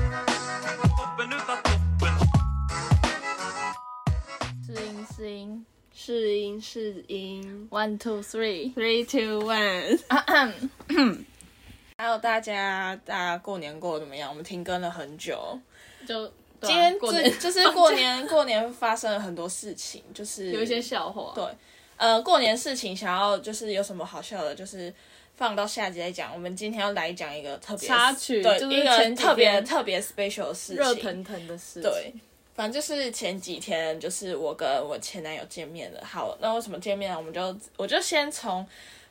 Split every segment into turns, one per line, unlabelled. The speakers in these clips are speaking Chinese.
嗯试音试音
One two three，
，three two one。还有大家，大家过年过得怎么样？我们停更了很久，
就对啊
今天
过
这
年
就是过年，过年发生了很多事情，就是
有一些笑话，
对呃过年事情，想要就是有什么好笑的，就是放到下集再讲。我们今天要来讲一个特别
插曲
对，
就是
一个
前几
特别
天
特别 special 的事情，
热腾腾的事情，
对，反正就是前几天，就是我跟我前男友见面了。好，那为什么见面呢？我们就我就先从，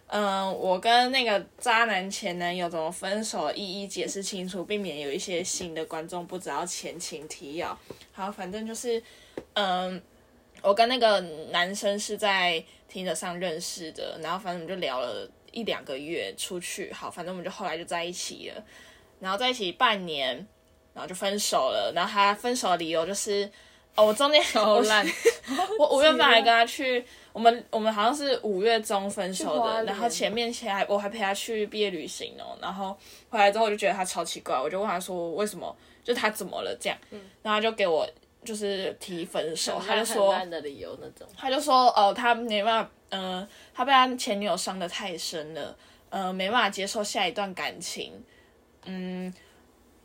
嗯、我跟那个渣男前男友怎么分手一一解释清楚，避免有一些新的观众不知道前情提要。好，反正就是，嗯、我跟那个男生是在听着上认识的，然后反正我们就聊了一两个月出去，好，反正我们就后来就在一起了，然后在一起半年，然后就分手了。然后他分手的理由就是，哦，我中间
超烂，
我我原本还跟他去，我们我们好像是五月中分手
去花
的，
莲
然后前面前还我还陪他去毕业旅行哦，然后回来之后我就觉得他超奇怪，我就问他说为什么，就他怎么了这样，然后他就给我就是提分手，哦他就
嗯很
说
烂的理由那种，
他就说哦，他没办法，呃，他被他前女友伤得太深了，呃，没办法接受下一段感情，嗯，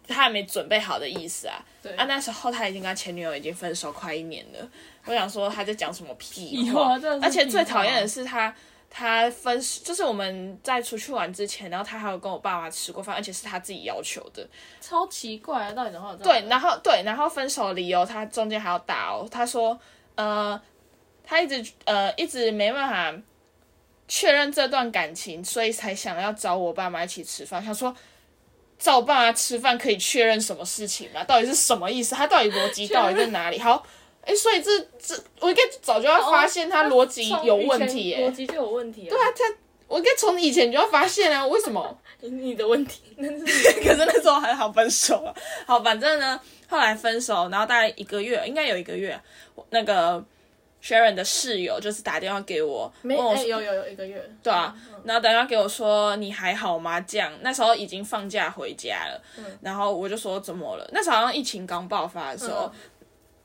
他还没准备好的意思啊。
对
啊，那时候他已经跟他前女友已经分手快一年了，我想说他在讲什么屁
屁
话
话真的，是
而且最
屁话
讨厌的是他。他分就是我们在出去玩之前，然后他还有跟我爸妈吃过饭，而且是他自己要求的。
超奇怪啊，到底怎么
对，然后对，然后分手的理由他中间还要打哦，他说，呃，他一直呃一直没办法确认这段感情，所以才想要找我爸妈一起吃饭。他说，找我爸妈吃饭可以确认什么事情吗？到底是什么意思？他到底逻辑到底在哪 里？好，哎，所以这这我应该早就要发现他逻辑有问题耶、
逻辑就有问题啊，
对啊，他我应该从以前就要发现啊，为什么？
对，你的问题，那是你
可是那时候还好分手了。好，反正呢，后来分手，然后大概一个月，应该有一个月，我那个 Sharon 的室友就是打电话给我，
没
问我
哎
说
有有嗯有一个月，
对啊，然后打电话给我说你还好吗？这样，那时候已经放假回家了，
嗯
然后我就说怎么了？那时候好像疫情刚爆发的时候，
嗯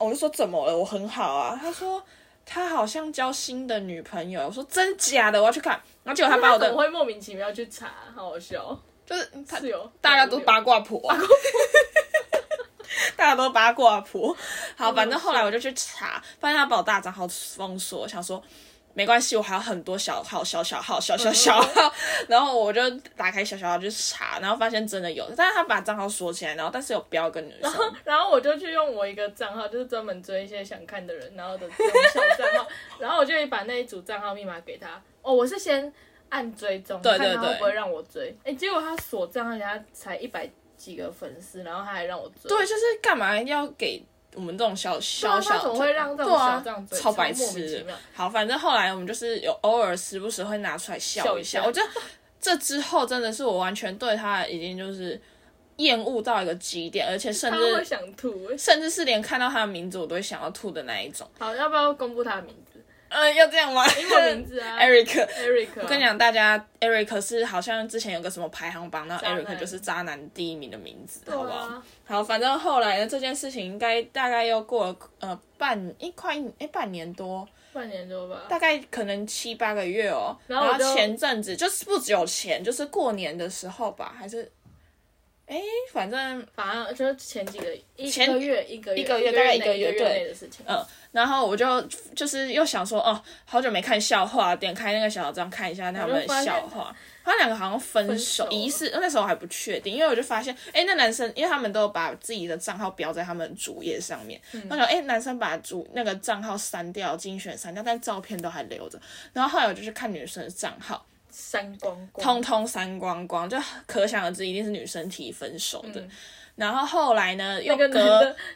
我就说怎么了？我很好啊。他说他好像交新的女朋友，我说真假的，我要去看。然后结果他把我
他怎
的
么会莫名其妙去查？好好笑，
就是他
是哦有
大家都八卦婆，大家都八卦婆。好，反正后来我就去查，发现他把我大账号封锁，想说没关系，我还有很多小号、小小号、小小小号。然后我就打开小小号去查，然后发现真的有，但是他把账号锁起来，然后但是有标跟女生。
然后我就去用我一个账号，就是专门追一些想看的人，然后的这种小账号，然后我就把那一组账号密码给他。哦，我是先按追踪，
对对
看他会
对
不会让我追。哎，结果他锁账号，他才一百几个粉丝，然后他还让我追。
对，就是干嘛要给我们这种小小
他
小？
怎么会让这种
对
小
啊
账追？
超白
莫名
痴
其
的
妙。
好，反正后来我们就是有偶尔时不时会拿出来笑一下。
笑
我
一
觉得这之后真的是我完全对他已经就是厌恶到一个极点，而且甚
他会
至
想吐。哎
甚至是连看到他的名字我都会想要吐的那 一种。
好，要不要公布他的名字？
嗯、要这样吗？
英文名字啊
Eric。
，Eric 啊。我
我跟你讲，大家 Eric 是好像之前有个什么排行榜，那
渣男
Eric 就是渣男第一名的名字，好不好？
啊，
好，反正后来呢，这件事情应该大概又过了呃半一快一诶半年多，
半年多吧。
大概可能七八个月哦。
然
然
后我就
前阵子就是不久前，就是过年的时候吧，还是诶，反正
反正就是前几个一
前
个月一个月
一个月大概一个
内
月
一个
对
内的事情。
嗯，然后我就就是又想说哦，好久没看笑话，点开那个小张看一下他们的笑话。他两个好像分
分
手
手，
疑似哦那时候还不确定，因为我就发现，诶，那男生，因为他们都把自己的账号标在他们主页上面，
嗯
那种诶，男生把主那个账号删掉，精选删掉，但照片都还留着。然后后来我就去看女生的账号，
删光光，
通通删光光，就可想而知，一定是女生提分手的。
嗯
然后后来呢，又
个
隔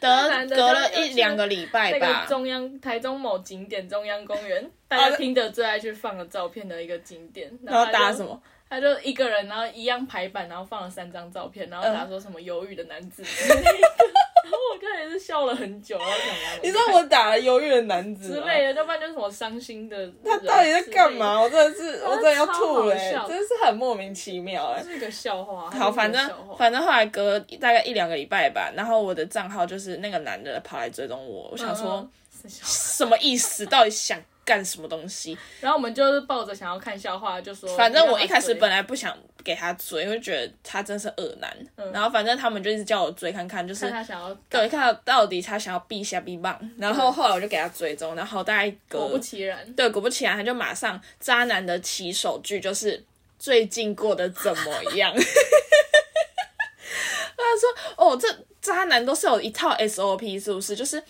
男的那个
隔
男的
隔
他
了
又
一
去
两个礼拜
那
吧啊
个，中央台中某景点中央公 园，大家听着最爱去放的照片的一个景点，
然后
他就
打什？么？
他就一个人，然后一样排版，然后放了三张照片，然后打说什么忧郁的男 子，然后我看也是笑了很久，然后想啊
你知道我打了忧郁的男子
之
吗？
类的，要不然就是什么伤心的人之类
他
的，
到底在干嘛？我真的是，
他
我真的要吐了、欸
超好笑
真的是很莫名其妙哎、
这是一个笑话。
好，
它
反
是一个
正
笑话
反正后来隔大概一两个礼拜吧，然后我的账号就是那个男的跑来追踪我，我想说
嗯嗯
什么意思？到底想干什么东西。
然后我们就是抱着想要看笑话，就说
反正我一开始
哦让他追
本来不想给他追，因为觉得他真是恶男。然后反正他们就一直叫我追看看，就
嗯
是
看他想要
对，看到到底他想要避下避棒。然后后来我就给他追踪，然后大概隔
嗯果不其然，
对，果不其然，他就马上渣男的起手句就是最近过得怎么样？ 他说：“哦，这渣男都是有一套 SOP，是不是？就是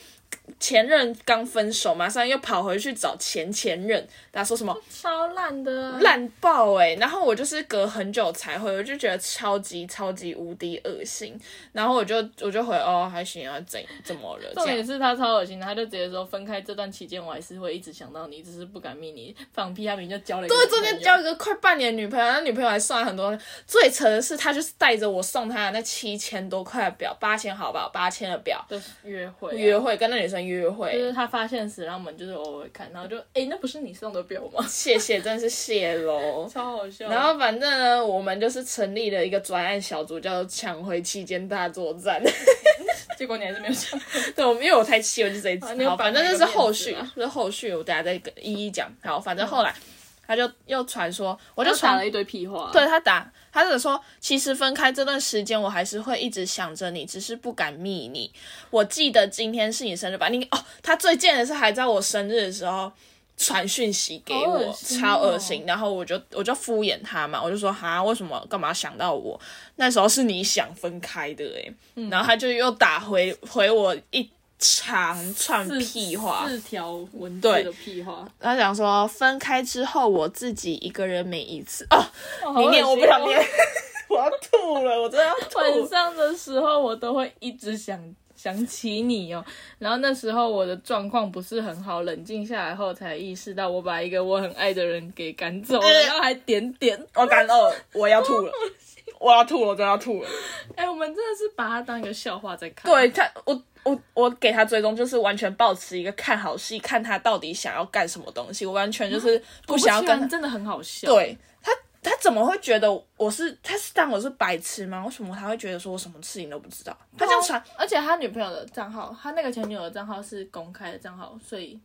前任刚分手，马上又跑回去找前前任，他说什么
超烂的啊，
烂爆哎、然后我就是隔很久才回，我就觉得超级超级无敌恶心。然后我就我就回哦，还行啊，怎怎么了？
重
这
点
样
是他超恶心的，他就直接说分开这段期间，我还是会一直想到你，只是不敢密你。放屁，他明明就交了一个
对，
女
中
朋友，
间交一个快半年女朋友，那女朋友还送了很多。最扯的是，他就是带着我送他的那七千多块的表，八千好不好？八千的表，
就是约会啊、
约会跟那女生约
就是
会，
他发现时，然后我们就是偶尔看，然后就哎、那不是你送的表吗？
谢谢，真是谢喽。
超好笑。
然后反正呢，我们就是成立了一个专案小组，叫做“抢回期间大作战”。
结果你还是没有想，
对，我们因为我太气了，就这一次
啊你。有
好，
把
反正
那
这
个
是
面
后
子
续
啊，
这是后续，我等下再跟一一讲。好，反正后来
嗯
他就又传说，我就
就
传
传了一堆屁 话。
对他打，他只说，其实分开这段时间，我还是会一直想着你，只是不敢密你。我记得今天是你生日吧？你哦，他最贱的是还在我生日的时候传讯息给
好
我，
恶心哦
超恶心。然后我就我就敷衍他嘛，我就说哈，为什么干嘛想到我？那时候是你想分开的诶、
嗯
然后他就又打回回我一长串
四
屁话，
四条文字的屁话，
他讲说分开之后我自己一个人每一次哦。
哦
你念，我不想。
好恶心
念
哦，
我要吐了，我真的要
晚
吐。
上的时候，我都会一直想想起你哦。然后那时候我的状况不是很好，冷静下来后才意识到，我把一个我很爱的人给赶走了，
呃
然后还点点。
我干呕，我要吐了，我要吐了，我真的要吐了。
哎、我们真的是把它当一个笑话在看。
对他，我我我给他追踪，就是完全保持一个看好戏，看他到底想要干什么东西，我完全就是啊不
我
想要
居
跟
然
他。
真的很好笑。，
对他，他怎么会觉得我是？他是当我是白痴吗？为什么他会觉得说我什么事情都不知道？他这样传，，
而且他女朋友的账号，他那个前女友的账号是公开的账号，所以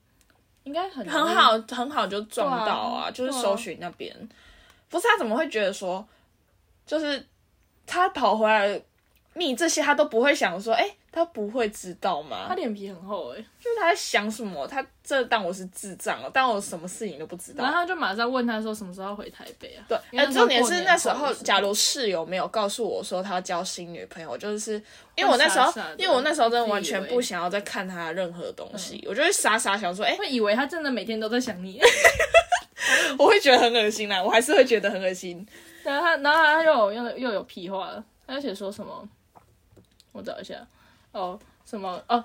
应该很
很
很
好很好就撞到啊，
对啊
就是搜寻那边，不是他怎么会觉得说，就是他跑回来密这些，他都不会想说，哎、他不会知道
他
吗？
脸皮很厚哎、
就是他在想什么？他这当我是智障了，当我什么事情都不知
然后
道。
他就马上问他说什么时候回台北啊？
对，
因
哎、
为那时候
重点
过
是
年
那时
后
候
的时，候
假如室友没有告诉我说他要交新女朋友，我就是因为我那时候，
傻傻的
因为我那时候真的完
自
全
以为嗯
不想要再看他任何东西，我就会傻傻想说，哎、
会以为他真的每天都在想你。啊
我会觉得很恶心啊啦，我还是会觉得很恶心。
然后他，然后他又有又有又有屁话了，他就写说什么，我找一下，哦，什么哦，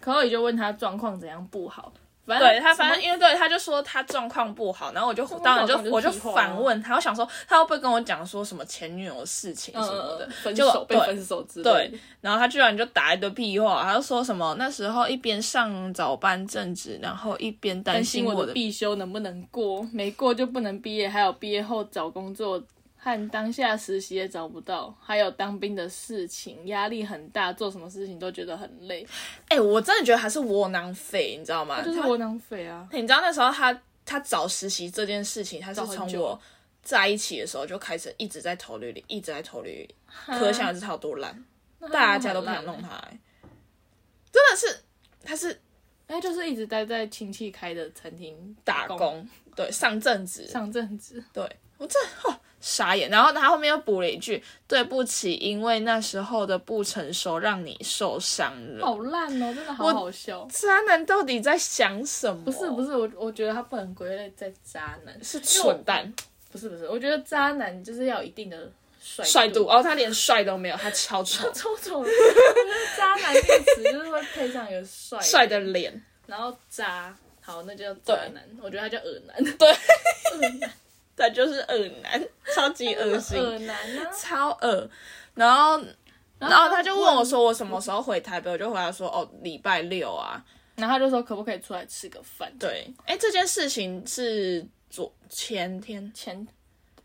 可可以就问他状况怎样不好，反正
对他，反正
什么
因为对他就说他状况不好，然后我就当然就
状况不好
我就
就是屁话啊
反问他，我想说他会不会跟我讲说什么前女友的事情什么的
嗯，分
结果
手被
对
分手之类的
对，然后他居然就打一堆屁话，他就说什么那时候一边上早班正职，然后一边担
担心我
我
的必修能不能过，没过就不能毕业，还有毕业后找工作和当下实习也找不到，还有当兵的事情压力很大，做什么事情都觉得很累，
哎、我真的觉得还是窝囊废，你知道吗？
哦就是
他
窝囊废啊。
你知道那时候他他找实习这件事情，他是
找很
从
久
我在一起的时候就开始一直在投履历，一直在投履历，
啊
可想而知他有多烂，大家都不想弄他、欸，真的是他是
哎，就是一直待在亲戚开的餐厅
打工，对，上正职，
上阵子，
对我这哦傻眼。然后他后面又补了一句：“对不起，因为那时候的不成熟让你受伤了。
好烂哦，真的好好笑”。哦
渣男到底在想什么？
不是不是，我我觉得他不能归类在渣男，
是蠢蛋
不是不是，我觉得渣男就是要有一定的帅，
帅度哦，他连帅都没有，他超丑
超丑的，我觉得渣男这个词就是会配上一个帅
帅的脸。
然后渣，好，那就叫渣男。我觉得他叫恶男，
他就是恶男，超级恶心，
恶男啊。
超恶。然后，然后他就问我
啊问，
说我什么时候回台北，我就回答说哦礼拜六啊。
然后他就说可不可以出来吃个饭？，
对，哎，这件事情是昨前天
前，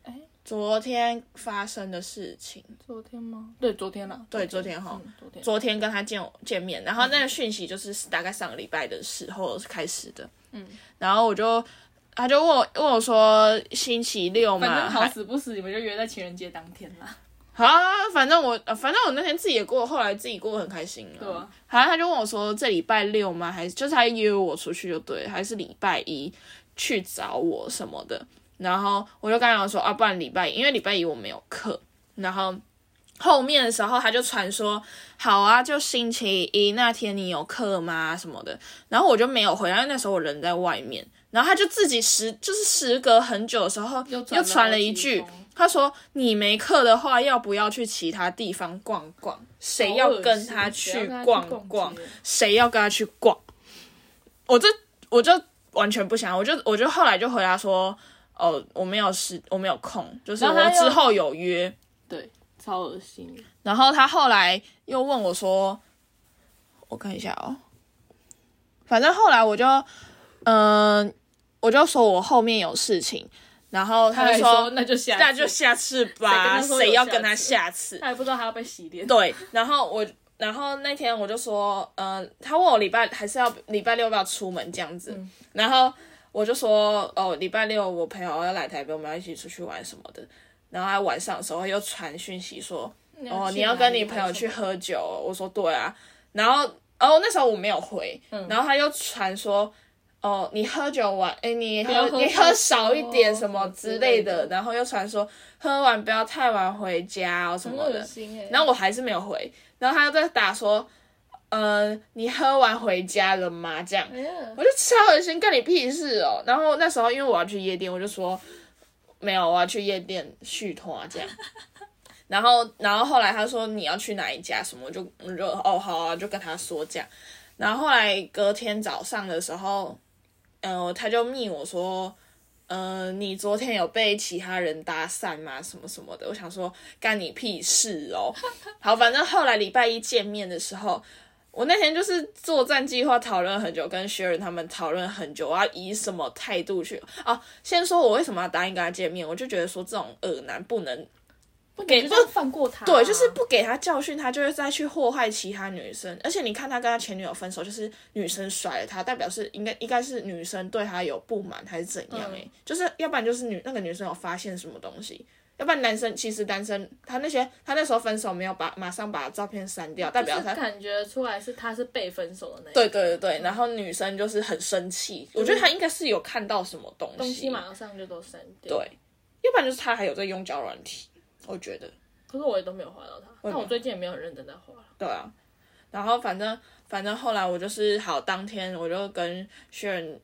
哎、
昨天发生的事情，
昨天吗？对，昨天啦。
对昨天哈
嗯昨天。
昨天跟他见见面，然后那个讯息就是大概上个礼拜的时候开始的，
嗯，
然后我就他就问我问我说星期六嘛，
反正好
还
死不死，你们就约在情人节当天啦。
好啊，反正我呃反正我那天自己也过，后来自己过得很开心啊。
对啊
好像他就问我说这礼拜六吗？还是就是他约我出去就对，还是礼拜一去找我什么的。然后我就跟他讲说啊，不然礼拜一，因为礼拜一我没有课。然后后面的时候他就传说好啊，就星期一那天你有课吗？什么的。然后我就没有回来，因为那时候我人在外面。然后他就自己时就是时隔很久的时候
又
又传了
好几
一句
封，
他说：“你没课的话，要不要去其他地方逛逛？谁要跟他去逛
逛
逛？？谁要跟他去逛？”我这我就完全不想，我就我就后来就回答说：“哦，我没有时，我没有空，就是
然后他
我
又
之后有约。
对，超恶心。”
然后他后来又问我说：“我看一下哦，反正后来我就嗯、我就说我后面有事情，然后
他
他
还
就
说那就下次，
那就下次
谁跟
吧，
他说有
谁要
下
跟他
次
下次
他？还不知道他要被洗脸。
对，然后我，然后那天我就说，呃，他问我礼拜还是要礼拜六要不要出门这样子，
嗯
然后我就说，哦，礼拜六我朋友要来台北，我们要一起出去玩什么的。然后他晚上的时候又传讯息说，哦，你要跟你朋友去喝酒哦？我说对啊。然后，哦，那时候我没有回，
嗯
然后他又传说。哦，你喝酒完，哎，你
要
喝
喝
你
太
喝少一
多
点
什
什
么
么
之
之
类
类的，
的
然后又传说喝完不要太晚回家哦什
很
么
恶
的。
心哎。
然后我还是没有回，然后他又在打说，嗯，你喝完回家了吗？这样，
哎呀
我就超恶心，干你屁事哦。然后那时候因为我要去夜店，我就说没有，我要去夜店续团这样。 然后，然后后来他说你要去哪一家什么，我就我就哦好啊，就跟他说这样。然后后来隔天早上的时候，嗯、他就密我说，呃，你昨天有被其他人搭讪吗？什么什么的。我想说干你屁事哦。好，反正后来礼拜一见面的时候，我那天就是作战计划讨论很久，跟 Sharon 他们讨论很久，我要以什么态度去啊？先说我为什么要答应跟他见面，我就觉得说这种恶男不能
不
给
给不放过他啊，
对，就是不给他教训，他就会再去祸害其他女生。而且你看，他跟他前女友分手，就是女生甩了他，代表是应该应该是女生对他有不满还是怎样、欸？
嗯
就是要不然就是女那个女生有发现什么东西，要不然男生其实单身，他那些他那时候分手没有把马上把照片删掉，代
就
表
是
他。
感觉出来是他是被分手的那一个
对对对对，然后女生就是很生气，我觉得她应该是有看到什么东西，
嗯东西马上就都删掉。
对，要不然就是她还有在用交友软体，我觉得。
可是我也都没有划到他，
也没有
但我最近也没有很认真在划了。
对啊，然后反正反正后来我就是好，当天我就跟学人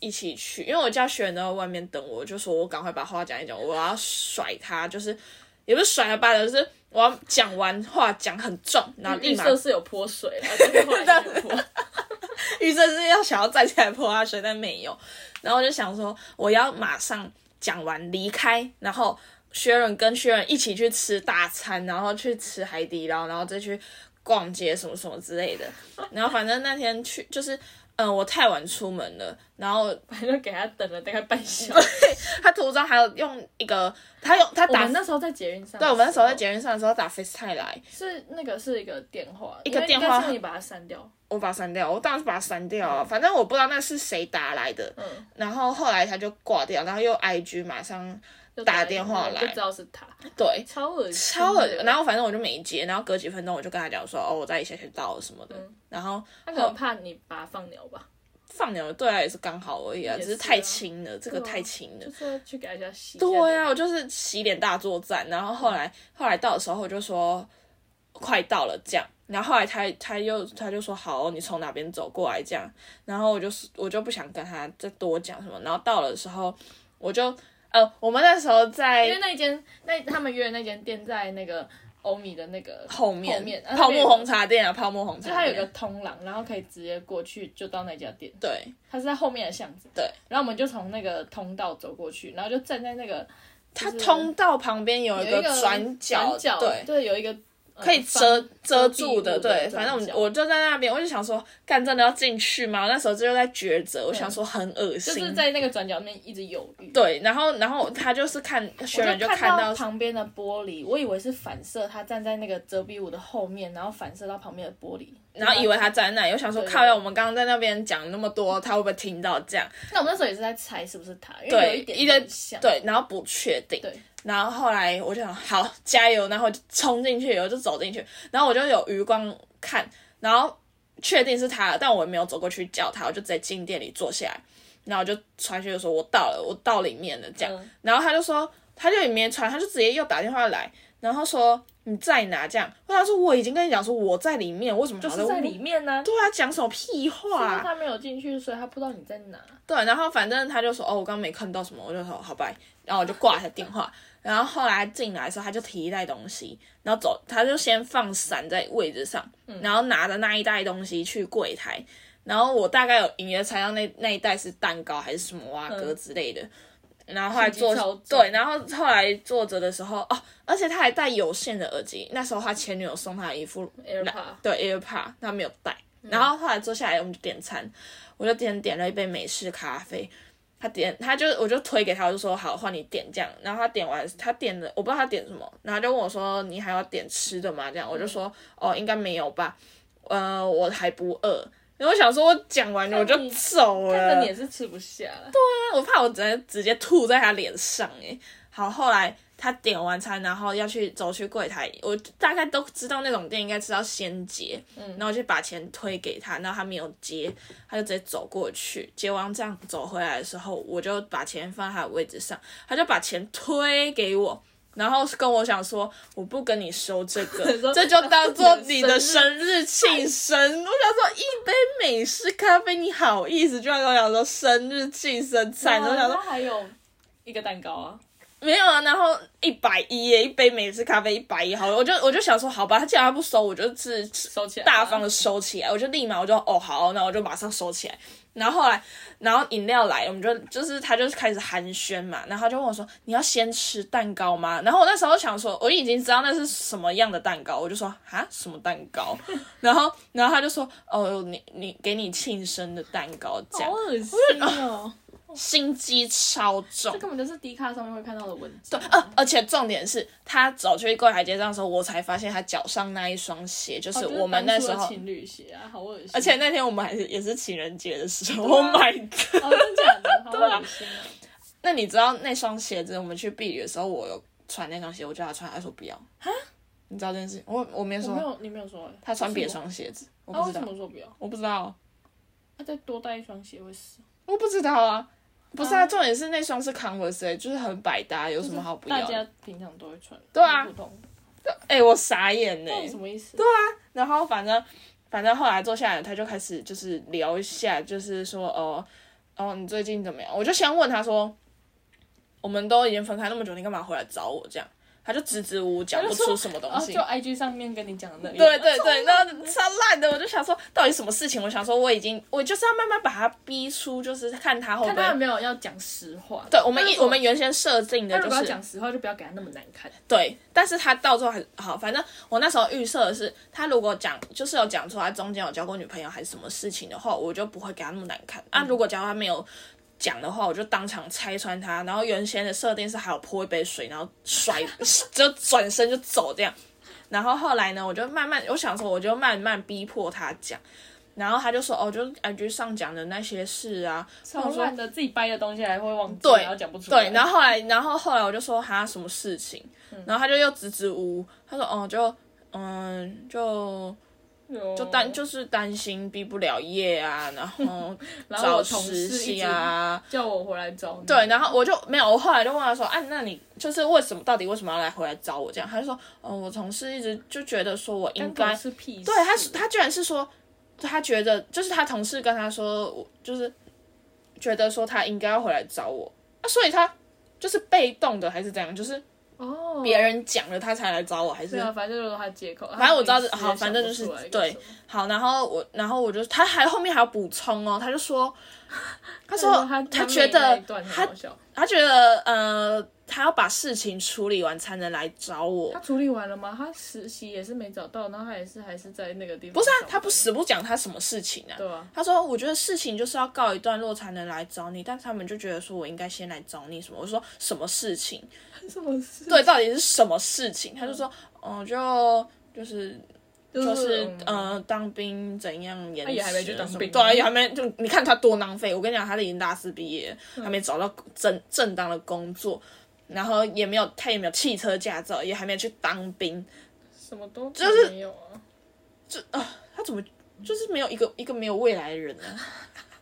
一起去，因为我叫学人在外面等我，我就说我赶快把话讲一讲，我要甩他，就是也不是甩他巴掌，就是我要讲完话讲很重，然后立
预
马
设是有泼水啊，但是后来就没有泼。
预设是要想要站起来泼他水，但没有，然后我就想说我要马上讲完离开，然后。学人跟学人一起去吃大餐，然后去吃海底捞，然后再去逛街什么什么之类的。然后反正那天去就是，嗯、我太晚出门了，然后
反正给他等了大概半小 时。
他途中还有用一个，他用他
我
打
们那时候在捷运上，
对，我们那时候在捷运上的时候打 FaceTime 来，
是那个是一个电话，
一个
因为
电话
应该是你把它删掉。
我把它删掉，我当然是把它删掉啊，反正我不知道那是谁打来的，
嗯，
然后后来他就挂掉，然后又 IG 马上
就
打
一个
电话
我
来
不知道是他，
对，
超恶心的，
超恶，然后反正我就没接，然后隔几分钟我就跟他讲说，哦，我在一下去到了什么的，
嗯
然后
他可能怕你把他放鸟吧，
放牛对他也是刚好而已啊，
也
只
是
是太轻了，这个
对啊
太轻了
就。是要去给他洗。
对啊呀、，我就是洗脸大作战，然后后来后来到的时候我就说快到了这样，然后后来他他又他就说好、你从哪边走过来这样，然后我就是我就不想跟他再多讲什么，然后到了的时候我就呃我们那时候在
因为那间那他们约的那间店在那个欧米的那个
后面
后面啊
泡沫红茶店啊泡沫红
就
茶
它
店，
有个通廊，然后可以直接过去就到那家店。
对
它是在后面的巷子，
对。
然后我们就从那个通道走过去，然后就站在那个
它
就是
通道旁边有一
有一
个
个
转角，
转角，
对，
对，有一个、呃
可以遮
方
遮
遮蔽物
住的，
的
对，反正我
转
们
角
我就在那边，我就想说，干真的要进去吗？我那时候就在抉择，我想说很恶
就
心，
是在那个转角面一直犹豫。
对，然后然后他就是看
我
轩然就看
看
到
旁边的玻璃，我以为是反射，他站在那个遮蔽物的后面，然后反射到旁边的玻璃，
然后以为他在那里，我想说
对
靠呀，我们刚刚在那边讲那么多，他会不会听到这样？
那我们那时候也是在猜是不是他，因为有
对
一，点
一个
点像。
对，然后不确定。
对
然后后来我就想，好加油，然后我就冲进去，我就走进去，然后我就有余光看，然后确定是他了，但我也没有走过去叫他，我就直接进店里坐下来，然后我就传讯息说我到了，我到里面了这样，
嗯
然后他就说他就也没传，他就直接又打电话来，然后说你在哪这样，我想说我已经跟你讲说我在里面，为什么
就
还
是在里？面呢、
对啊，讲什么屁话、
因为
啊？
他没有进去，所以他不知道你在哪。
对，然后反正他就说哦，我刚没看到什么，我就说好拜，然后我就挂他电话。然后后来进来的时候，他就提一袋东西，然后走，他就先放伞在位置上，
嗯
然后拿着那一袋东西去柜台。然后我大概有隐约猜到那那一袋是蛋糕还是什么蛙哥之类的。然后后来
嗯心
坐
机超重
对，然后后来坐着的时候哦，而且他还戴有线的耳机。那时候他前女友送他一副
AirPod 嗯
对 AirPod，他没有戴。然后后来坐下来，我们就点餐，我就点点了一杯美式咖啡。他点，他就我就推给他，我就说好，换你点这样。然后他点完，他点哦的我不知道他点什
嗯
么，然后他就问我说你还要点吃的吗？这样我就说哦，应该没有吧，呃，我还不饿。然后我想说，我讲完了我就
看你
走了，
看着你也是吃不下了。
我怕我直接直接吐在他脸上哎、好，后来他点完餐，然后要去走去柜台，我大概都知道那种店应该知道先结，嗯，然后我就把钱推给他，然后他没有接，他就直接走过去，结完账走回来的时候，我就把钱放在他的位置上，他就把钱推给我。然后跟我想说，我不跟你收这
你说
个，这就当做你的
生
生日庆生。我想说，一杯美式咖啡，你好意思居然跟我讲说生日庆生餐？我想
然后
说
啊还有一个蛋糕啊，
没有啊，然后一百一耶，一杯美式咖啡一百一，好了，我就我就想说，好吧，他既然他不收，我就是
收起来。啊
大方的。收起来，我 就立马我就哦好，那我就马上收起来。然后后来，然后饮料来，我们就就是他就开始寒暄嘛，然后他就问我说你要先吃蛋糕吗？然后我那时候想说，我已经知道那是什么样的蛋糕，我就说啊什么蛋糕， 然后然后他就说哦你你给你庆生的蛋糕这样
好，恶心哦！
心机超重
这。根本就是 D 卡上面会看到的文字。啊
对，呃，而且重点是他走去柜台结账的时候，我才发现他脚上那一双鞋，就
哦
是
就是
我们那
当初
时
的
候，
情侣鞋啊，好恶心。
而且那天我们还是也是情人节的时候、o
啊
h my god！
哦，真假的， 好恶心啊！
那你知道那双鞋子我们去避雨的时候，我有穿那双鞋，我叫他穿，他说不要。你知道这件事？我我没
我
说
没，有，你没有说欸。
他穿别双鞋子，我
他
不
为
知
什
道，
么说不要？
我不知道，
他再多带一双鞋会死。
我不知道啊。不是啊，
啊
重点是那双是 Converse，、欸、就是很百搭，有什么好不要
大
的？
家平常都会穿。
对啊
不懂。
哎、我傻眼呢、
那你什么意思？
然后反正反正后来坐下来，他就开始就是聊一下，就是说哦哦，你最近怎么样？我就先问他说，我们都已经分开那么久，你干嘛回来找我这样？他就支支吾吾讲不出什么东
啊，
西
就。IG 上面跟你讲的那
对
样。哦
对对，那超烂的，我就想说，到底什么事情？我想说，我已经，我就是要慢慢把他逼出，就是看他会
看
不
他有
会。
没有要讲实话。
对，我们一
如果
我们原先设定
他
的
如
就
果要
是
讲实话，就不要给他那么难看。
对，但是他到最后还好，反正我那时候预设的是，他如果讲就是有讲出他中间有交过女朋友还是什么事情的话，我就不会给他那么难看。
嗯
啊，如果假如他没有讲的话，我就当场拆穿他。然后原先的设定是还有泼一杯水，然后甩 就转身就走这样。然后后来呢，我就慢慢我想说，我就慢慢逼迫他讲。然后他就说：“哦，就是 IG 上讲的那些事啊，
超烂的，自己掰的东西还会忘记，
对
然后讲不出来。
对，然后后来，然后后来我就说哈什么事情，
嗯
然后他就又支支吾吾，他说哦就嗯就
后
就担就是担心毕不了业啊，然后
然后
找
哦我同事
实
一
习
直嗯
啊，
叫我回来找你。
对，然后我就没有，我后来就问他说，啊，那你就是为什么到底为什么要来回来找我这样？他就说，嗯，我同事一直就觉得说我应
应
该
该是屁事。
对他是，他居然是说，他觉得就是他同事跟他说，我就是觉得说他应该要回来找我，啊，所以他就是被动的还是怎样？就是
哦，
别人讲了他才来找我，还是
对啊，反正就是他借口。
反正我知道
他自己
好
也想
反正就是
不出来
对
干什么。
好？然后我，然后我就他还后面还要补充哦，他就说，
他
他说
他
觉
那
得
一段很哦
他
好笑，
他觉得呃他要把事情处理完才能来找我
他。处理完了吗？他实习也是没找到，然后他也是还是在那个地方。
不
不
是啊，他不死不讲他什么事情啊。
对啊，
他说：“我觉得事情就是要告一段落才能来找你，但他们就觉得说我应该先来找你什么。”我说：“什么事情？
什么事？
对，到底是什么事情？”他就说：“嗯，就就是
就
就是
嗯
呃，当兵怎样延迟？
也还没去当兵
对啊，也还没就你看他多浪费。我跟你讲，他都已经大四毕业，还
嗯
没找到正正当的工作，然后也没有他也没有汽车驾照，也还没去当兵，
什么都
是
没有啊。
啊他怎么就是没有一个一个没有未来的人呢、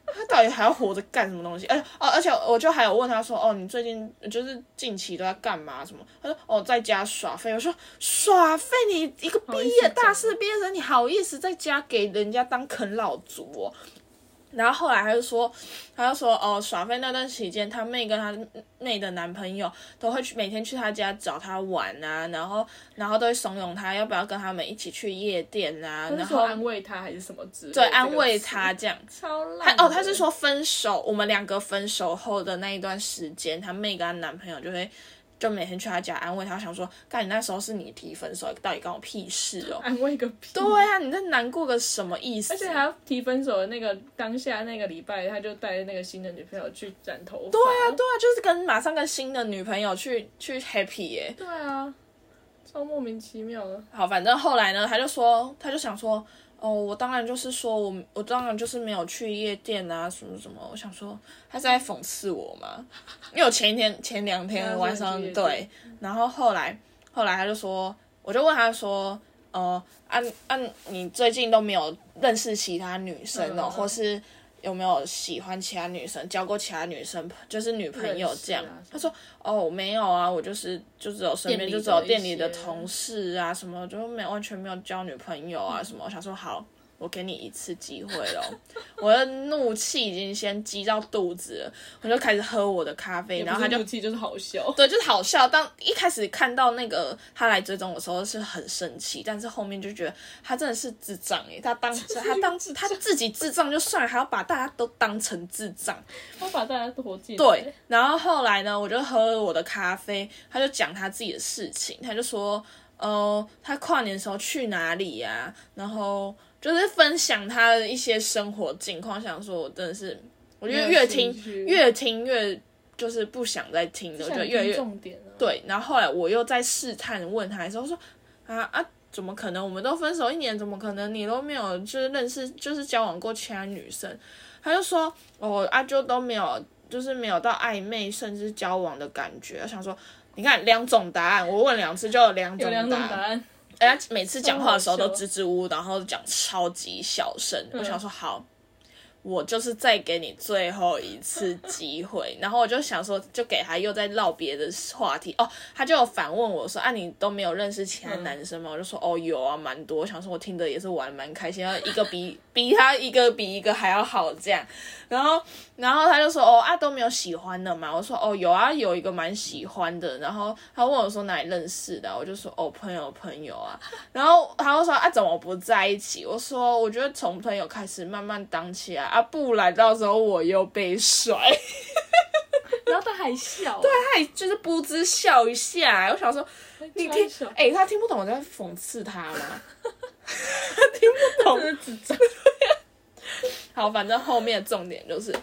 他到底还要活着干什么东西？而且哦，而且我就还有问他说，哦，你最近就是近期都在干嘛？什么？他说，哦，在家耍废。我说，耍废，你一个毕
好意思
业
讲
大四毕业生，你好意思在家给人家当啃老族哦？然后后来他就说，他就说，哦，耍废那段期间，他妹跟他妹的男朋友都会去每天去他家找他玩啊，然后然后都会怂恿他要不要跟他们一起去夜店啊，
他
然
是说
后
安慰他还是什么之类？
对
对
安慰他，这样。
超
他
烂的。
哦，他是说分手，我们两个分手后的那一段时间，她妹跟她男朋友就会就每天去她家安慰她，想说，干你那时候是你提分手，到底关我屁事 哦？
安慰个屁。
对啊，你在难过个什么意思？
而且还要提分手的那个当下那个礼拜，他就带那个新的女朋友去染头发。对
对啊，对啊，就是跟马上跟新的女朋友去去 happy 耶、
对啊，超莫名其妙的。
好，反正后来呢，他就说，他就想说，哦，我当然就是说我我当然就是没有去夜店啊，什么什么。我想说，他是在讽刺我吗？因为我前一天前两天晚
他
上
是有去夜
对
店，
然后后来后来他就说，我就问他说，呃，按、按、你最近都没有认识其他女生哦，
嗯
或是有没有喜欢其他女生，交过其他女生，就是女朋友这样？
认识啊
他说，哦，没有啊，我就是就只有身边
店里
就
的
只有店里的
一些
同事啊，什么就没有完全没有交女朋友
嗯
啊什么。我想说好。我给你一次机会咯， 我的怒气已经先积到肚子了，我就开始喝我的咖啡，然后他就
怒气就是好笑。
对，就是好笑。当一开始看到那个他来追踪我的时候是很生气，但是后面就觉得他真的是智障诶、他当他 当他自己智障就算了，还要把大家都当成智障。
他把大家都活进来。
对，然后后来呢，我就喝我的咖啡，他就讲他自己的事情，他就说，呃，他跨年的时候去哪里呀、然后就是分享他的一些生活近况，想说我真的是，我觉得
没有
越
兴
听
趣
越听越就是不想再听了，我
想
觉得
听
越来越
重点啊。
对，然后后来我又在试探问他的时候说啊啊，怎么可能？我们都分手一年，怎么可能你都没有就是认识就是交往过其他女生？他就说哦啊，就都没有，就是没有到暧昧甚至交往的感觉。我想说，你看两种答案，我问两次就有两
有
种答
两种答
案。
案，
哎、他每次讲话的时候都
超好笑嗯
支支吾吾，然后讲超级小声。我想说好。我就是再给你最后一次机会， 然后我就想说，就给他又在唠别的话题哦。他就有反问我说：“啊，你都没有认识其他男生吗？”
嗯
我就说：“哦，有啊，蛮多。”我想说我听的也是玩得蛮开心，然后一个比比他一个比一个还要好这样。然后，然后他就说：“哦啊，都没有喜欢的嘛。”我说：“哦，有啊，有一个蛮喜欢的。”然后他问我说哪里认识的啊、我就说：“哦，朋友朋友啊。”然后他就说啊，怎么不在一起？我说我觉得从朋友开始慢慢当起来啊，不然到时候我又被甩，
然后他还笑。对，
他也就是不知笑一下。我想说，啊你听
超小，
哎、他听不懂我在讽刺他吗？ 他听不 懂，
这是智障。
好，反正后面的重点就是，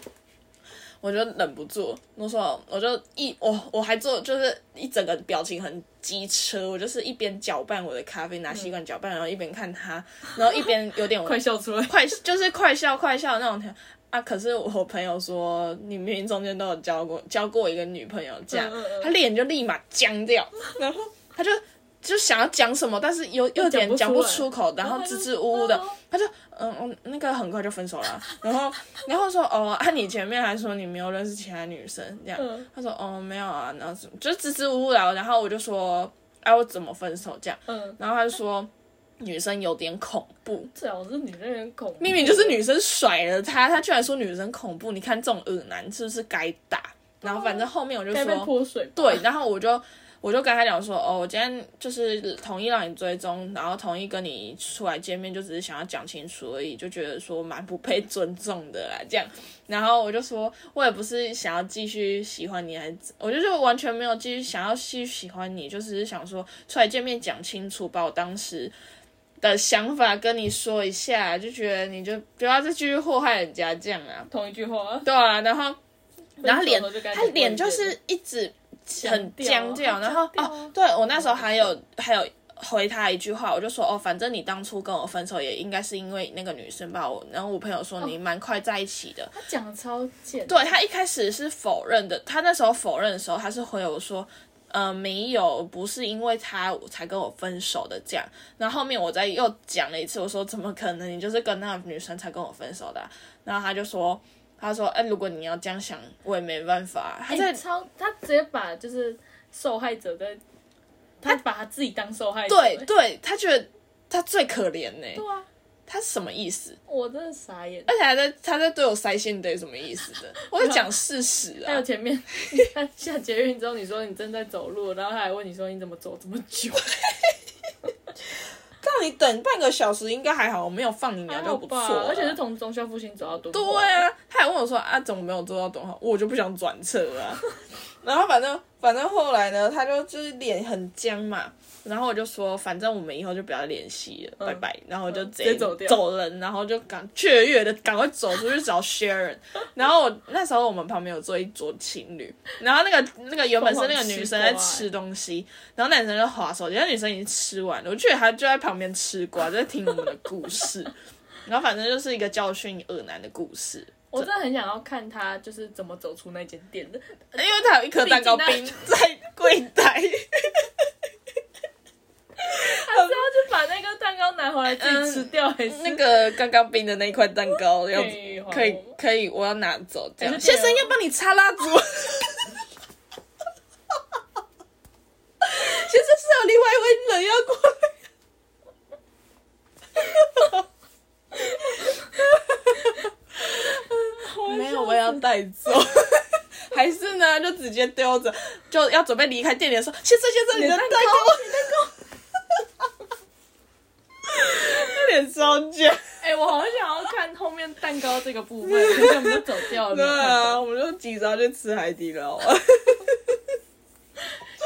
我就忍不住，我说我就一我我还做就是一整个表情很机车，我就是一边搅拌我的咖啡，拿吸管搅拌，然后一边看他，然后一边有点
嗯 快笑出来！
快就是快笑快笑那种啊！可是我朋友说，你明明中间都有交过交过一个女朋友，这样
嗯嗯嗯
他脸就立马僵掉，然后他就就想要讲什么，但是有有点讲
讲
不
不
出
出来
口，然后
然后他
支
就
支吾吾的
哦，
他就嗯嗯，那个很快就分手了啊，然后然后说哦，啊你前面还说你没有认识其他女生这样
嗯，
他说哦没有啊，然后什么就支支吾吾的，啊然后我就说哎、我怎么分手这样，
嗯，
然后他就说女生有点恐怖。
最好是女人很恐怖，
明明就是女生甩了他，他居然说女生恐怖，你看这种恶男是不是该打？然后反正后面我就
该被
说，
泼水吧。
对，然后我就我就跟他讲说，哦，我今天就是同意让你追踪，然后同意跟你出来见面，就只是想要讲清楚而已，就觉得说蛮不被尊重的啦，这样。然后我就说，我也不是想要继续喜欢你，还是我就是完全没有继续想要继续喜欢你，就只是想说出来见面讲清楚，把我当时的想法跟你说一下，就觉得你就不要再继续祸害人家这样啊。
同一句话，
对啊，然后然后脸
分手就该
他
讲
脸就
关键
是一直很僵
僵掉
掉，
啊
然后
很僵掉啊
哦，对我那时候还有还有回他一句话，我就说哦，反正你当初跟我分手也应该是因为那个女生吧，我然后我朋友
哦
说你蛮快在一起的，
他讲的超贱，
对啊他一开始是否认的，他那时候否认的时候，他是回我说。呃，没有，不是因为他才跟我分手的这样。然后后面我再又讲了一次，我说怎么可能？你就是跟那个女生才跟我分手的啊、然后他就说，他说，哎、如果你要这样想，我也没办法啊。他
哎，
在
超他直接把就是受害者跟他把他自己当受害者，哎
对对，他觉得他最可怜呢、
对啊，
他什么意思？
我真的傻眼。
而且还在他在对我塞线得什么意思 的？我在讲事实
还有
啊，
前 面他下捷运之后，你说你正在走路，然后他还问你说你怎么走这么久，
让你等半个小时应该还好，我没有 放你鸟
还
就
好
不错
吧
了。
而且是从中校复兴走到敦化
对，啊，他还问我说啊，怎么没有做到短号？我就不想转车啊。 然后反正反正后来呢，他就就是脸很僵嘛，然后我就说，反正我们以后就不要联系了，拜拜。然后我就
嗯直
直接
接走掉
走人，然后就赶雀跃的赶快走出去找 Sharon。然后我那时候我们旁边有坐一桌情侣，然后那个那个原本是那个女生在吃东西，然后那女生就划手机，那女生已经吃完了，我觉得她就在旁边吃瓜，在听我们的故事。 然后反正就是一个教训恶男的故事，
我真的很想要看他就是怎么走出那间店的。
因为他有一颗蛋糕冰
毕竟
在柜台，
他是要去把那个蛋糕拿回来自己吃掉，还是
那个刚刚冰的那一块蛋糕要
以还
可以
我
可以，我要拿走这样。
还是这
先
样
生要帮你擦 蜡烛，先生是有另外一位人要过来。没有，我也要带走。 还是呢，就直接丢着，就要准备离开店里的时候，先生先生，你的蛋糕，你的 蛋糕，那脸超贱。
哎、我好想要看后面蛋糕这个部 分，可是我们都走掉了，没
对
有看到
啊，我们就急着要去吃海底捞。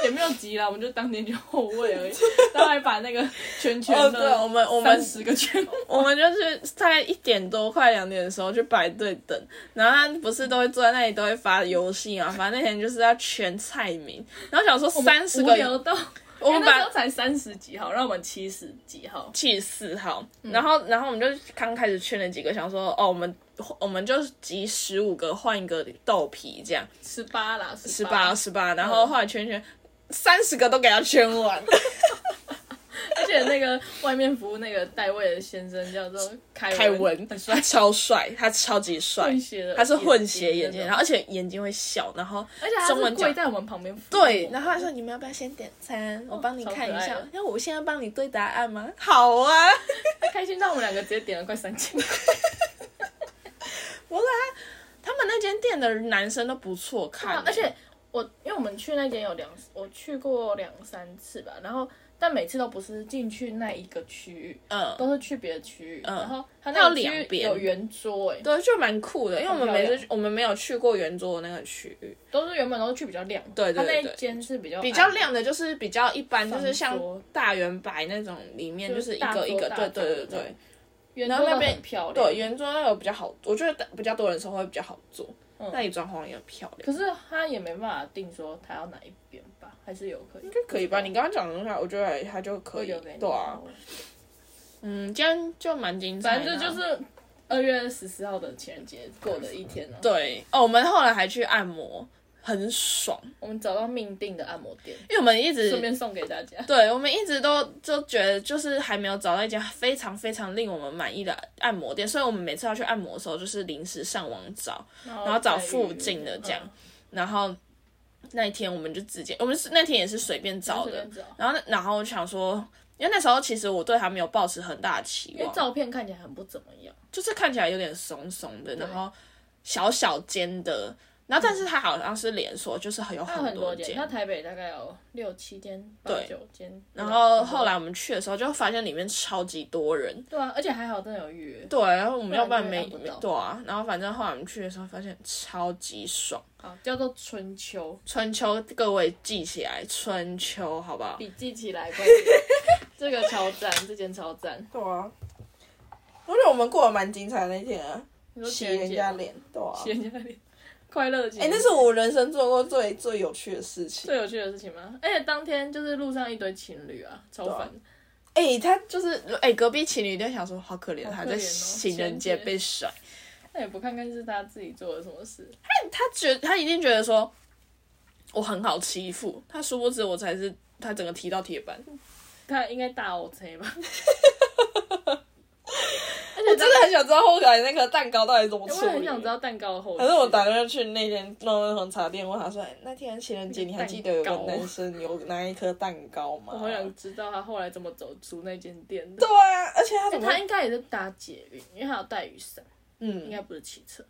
也没有急啦，我们就当天就后位 而已，然后还把那个圈圈
哦，
的、
对，我们我们
十个圈，
我们就是大概一点多快两点的时候去排队等，然后他不是都会坐在那里都会发游戏嘛，反正那天就是要全菜名，然后想说三十
无聊
个，
到。
我
因
们
为那时
把
候才三十几号，让我们七十几号，
七十四号，然后然后我们就刚开始圈了几个，想说哦我们。我们就集十五个换一个豆皮这样，
十八嗯啦，
十
十
八十八，然后后来圈圈三十个都给他圈 完，
而且那个外面服务那个带位的先生叫做凯
凯文
很帅
他，超帅，他超级帅，
混血的
他是混血眼
眼睛那种
睛，然后而且眼睛会笑，然后
而且他
中文
是
讲
跪在我们旁边服务，
对，然后他说你们要不要先点餐？我帮你
哦超可
看一
爱
下
的。
那我现在帮你对答案吗？ 好啊，
他开心到我们两个直接点了快三千，
我来。他们那间店的男生都不错看欸、
啊而且我因为我们去那间有两，我去过两三次吧，然后但每次都不是进去那一个区域，
嗯，
都是去别的区域，
嗯
然后他
它
那
有
个区
两
域
边
有圆桌、欸，哎，
对，就蛮酷的，因为我们
很漂
每
亮
次我们没有去过圆桌的那个区域，
都是原本都是去比较亮的，
对对
他那
对
一间是比较
比较
暗的
亮的就是比较一般，就
方
是像
哦桌
大圆白那种里面
就
就是是一
大
个
桌
一个，
大
对
桌
对对
这样
对
圆
然
桌
后那
都
边
很漂亮，
对，圆桌那个比较好，我觉得比较多人时候会比较好做，
嗯
那里装潢也很漂亮。
可是他也没办法定说他要哪一边吧，还是有可以，
应该可以吧？你刚刚讲的那块，我觉得他就可
会
以。
留给你
对啊，，嗯，今天就蛮精彩
反
的啊。
正这就是二月十四号的情人节过的一天了、啊
对哦，我们后来还去按摩，很爽，
我们找到命定的按摩店，
因为我们一
顺
直
便送给大家。
对，我们一直都就觉得就是还没有找到一家非常非常令我们满意的按摩店，所以我们每次要去按摩的时候，就是临时上网找，
然后嗯
然后找附近的这样，然后。那一天我们就直接，我们是那天也是随便
找
找的
的，，
然后那然后我想说，因为那时候其实我对他没有抱持很大的期
因为
望，
照片
哦
看起来很不怎么样，
就是看起来有点怂怂的，然后小小尖的，然后但是它好像是连锁，就是很有
那很
多
多间，那台北大概有六七间、八
对
九间。
然
嗯
后后来我们去的时候就发现里面超级多人，
对啊，而且还好真的有预约，
对，然后我们要不然
不然
没
就会按不到
对啊，然后反正后来我们去的时候发现超级爽。
好叫做春秋，
春秋，各位记起来，春秋好不好？
笔记起 来，快点这个超赞，这间超赞。
对啊，我觉得我们过得蛮精彩的那一天啊，
你说
洗
情人
人
节
家
吗，
脸，对啊。
洗人家脸，快乐的情
哎、
人节。
那是我人生做过最最有趣的事情。
最有趣的事情吗？而且当天就是路上一堆情侣啊，超烦的。
哎、他就是哎、隔壁情侣就想说好可怜，
好
他
可
在
怜哦
情人节被甩，
那也不看看是他自己做了什么事，
他觉他一定觉得说我很好欺负，他殊不知我才是他整个踢到铁板，
嗯他应该大 OK 吧？
我真的很想知道后来那个蛋糕到底怎么
哎我
处
也
理。
很想知道蛋糕的后续。
反正我打算去那间弄那种茶店问他说，哎那天情人节你还记得有个
蛋糕
男生有拿一颗蛋糕吗？
我好想知道他后来怎么走出那间店的
对。啊，而且他
欸
怎么
他应该也是搭捷运，因为他有带雨伞，应
嗯？
该不是骑车。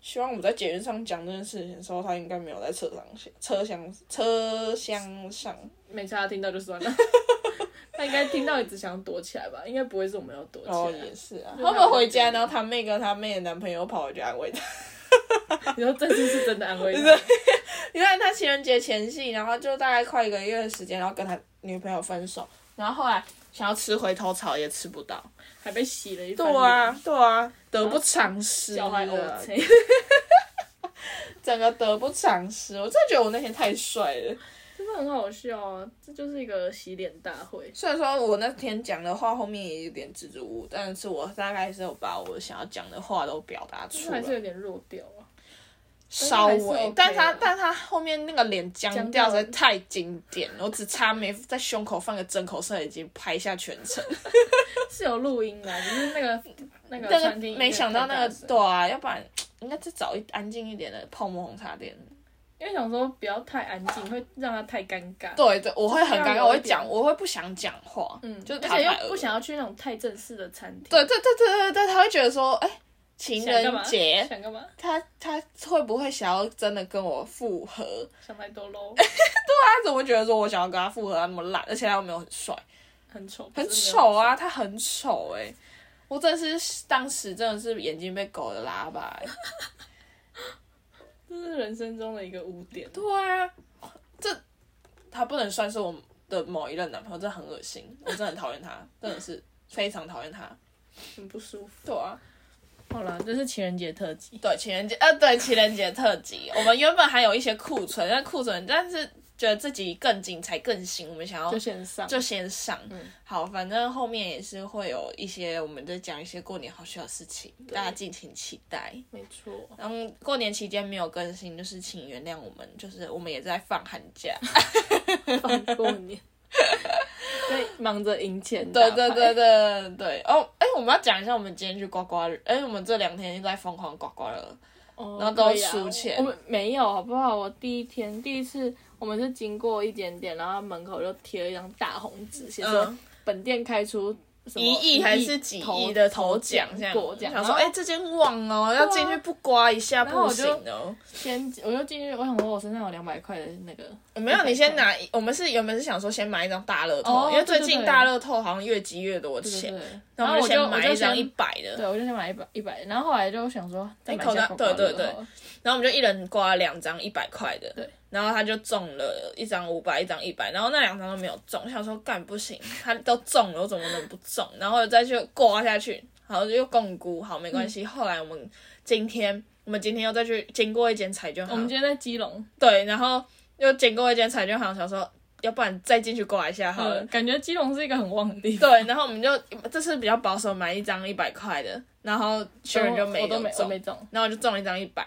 希望我们在节目上讲这件事情的时候，他应该没有在车上写车厢车厢上。
没差，他听到就算 了。他应该听到也只想躲起来吧，应该不会是我们要躲起来。
哦，也是啊。
就是
他
他
们回家，然后他妹跟他妹的男朋友跑回去安慰他。
你说这次是真的安慰他，
原来他情人节前夕，然后就大概快一个月的时间，然后跟他女朋友分手，然后后来想要吃回头草也吃不到。
还被洗了一番
对
脸，
啊，对啊，得不偿失
脚还
啊
OK。
整个得不偿失。我真的觉得我那天太帅了。
真的很好笑啊！这就是一个洗脸大会。
虽然说我那天讲的话后面也有点支支吾吾，但是我大概是有把我想要讲的话都表达
但
出
是
来
还，是有点弱掉啊。
稍
但是还是
微
OK。
但他
的
但他后面那个脸僵
僵
掉
掉
实在
了
太经典了，我只差没在胸口放个针口摄影机拍下全 程。
是有录音的啊，只是那个那个
但
餐
是
厅
没想到那
太大
个
声
对啊，要不然应该再找一安静一点的泡沫红茶店。
因为想说不要太安静，会让他太尴尬。
对嗯对，我会很
要
尴尬，
有
我
一
会
点
讲，我会不想讲话，
嗯，
就是
而且
他太
又
恶
不
了
想要去那种太正式的餐厅。
对对对对对对，他会觉得说，哎、情
想干嘛，
人节，
想干嘛？
他他会不会想要真的跟我复合？
想太多喽，
他怎么会觉得说我想要跟他复合，他那么烂，而且他又没有很帅，
很丑，
很
不是没有
丑啊，他很丑哎、我真的是当时真的是眼睛被狗的拉 吧、欸，
这是人生中的一个污点。
对啊，这他不能算是我的某一任男朋友，真的很恶心，我真的很讨 厌他，真的是非常讨厌他。
很不舒服。
对啊，
好啦，这是情人节特辑，
对情人节，呃，对情人节特 辑，我们原本还有一些库存，但库存，但是觉得自己更精彩更新，我们想要
就线上，
就先上。
嗯
好，反正后面也是会有一些，我们在讲一些过年好笑的事情，大家敬请期待。
没错。
然后嗯过年期间没有更新，就是请原谅我们，就是我们也在放寒假。
放过年， 对，忙着赢钱。
对对对，对 对。哦，哎，我们要讲一下，我们今天去刮刮乐，哎，我们这两天一直在疯狂刮刮乐。
哦
然后都
可以啊
输钱
我们没有，好不好？我第一天第一次，我们是经过一间店，然后门口就贴了一张大红纸，写说
嗯
本店开出什么
一亿还是几亿的头奖这样，
过奖。
想
然
说
后
哎、这间旺哦，要进去不刮一下
然后
不
我
行
就
哦。
先我就进去，我想说我身上有两百块的那个，
没有，
100
你先拿一，我们是原本是想说先买一张大乐透，
哦
因为最
对对
近
对
大乐透好像越积越多
对
钱，
对对，
然后
我
我
就
先买一张一
一，
百的，
对我就先买一百一百，然后后来就想说再买一
口袋
下刮刮乐
对对对
好了
然后我们就一人刮了两张一百块的，
对，
然后他就中了一张五百，一张一百，然后那两张都没有中，想说干不行，他都中了，我怎么能不中？然后再去刮下去，好又共估，好没
嗯
关系。后来我们今天，我们今天又再去经过一间彩券行，
我们今天在基隆，
对，然后又经过一间彩券行，想说要不然再进去刮一下好了。
嗯，感觉基隆是一个很旺的地方。
对，然后我们就这次比较保守，买一张一百块的，然后学人就没
我
有
都没我
中，
没中，
然后我就中了一张一百，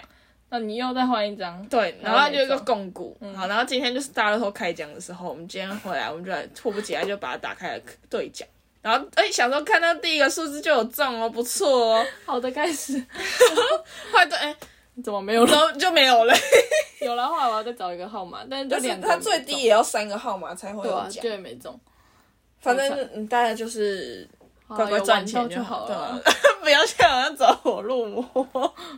那你又再换一张，
对，
然
然后
后
它就有一
没
个
中
共股，好，然后今天就是大乐透开奖的时候，我们今天回来，我们就来迫不及待就把它打开来兑奖，然后哎、想说看到第一个数字就有中哦，不错 哦，
好的开始，
后来对哎、
怎么没有
然
了？
后就没有了，
有了，后来我要再找一个号码，但是就
但
两个
它
没
最
中
低也要三个号码才会
对
有
啊，
奖，
就也没中，
反
好惨
正嗯大家就是
好啊
乖乖
有
赚
玩
钱
到就
好
好了。
哦 对啊不要像好像找我
入魔，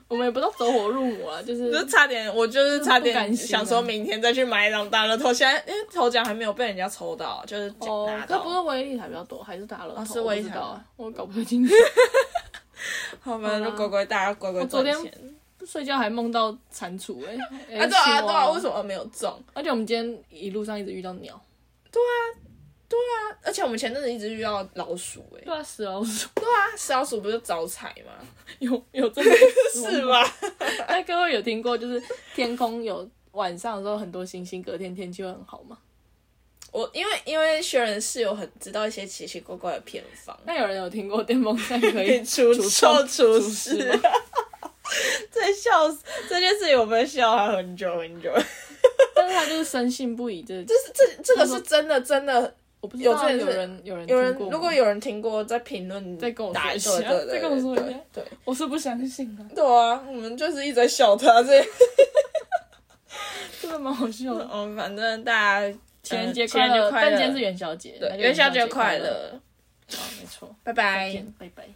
我们也不知道走火入魔啊，就是
就差点， 我就是差
不
点
甘心啊
想说明天再去买两大乐透，现在因为头奖还没有被人家抽到，啊就是
哦
拿，
可
到。
不是威力彩比较多，还是打了头？
哦是
我
威
不
力
知
彩
道
吗
啊，我搞不太 清楚。
好吧，
啦
就乖乖大家乖乖
我昨
赚
天
钱。
睡觉还梦到蟾蜍哎、欸，
啊对啊
青
对
蛙
啊，为什么没有中？
而且我们今天一路上一直遇到鸟，
而且我们前阵子一直遇到老鼠哎、
对啊，死老鼠
啊，死老鼠不是招财吗？
有有 这么一说
是
吗？
吧？
那各位有听过就是天空有晚上的时候很多星星，隔天天气会很好吗？
我因为因为学人是有很知道一些奇奇怪怪的偏 方，
那有人有听过电风扇可 以
除
哎臭湿
除湿。这笑死， 这件事情我们笑他很久很久。
但是他就是深信不疑这，
这是这这个是真的真的，
我不知道
有这
有
个是
人有人
有人
听过吗
如果有人听过，在评论
再跟我
打
说一下
对对对
再跟我说一下
对对
我是不相信的，
对啊，我们就是一直在笑他这。
真的蛮好笑 哦的。
嗯，反正大家
情人
呃
节
情
快
人节
乐，
快
但
乐
今天是元宵节，
对
那就
元宵节
快
快，乐，
啊，没错，
拜
再
拜。
见，拜拜。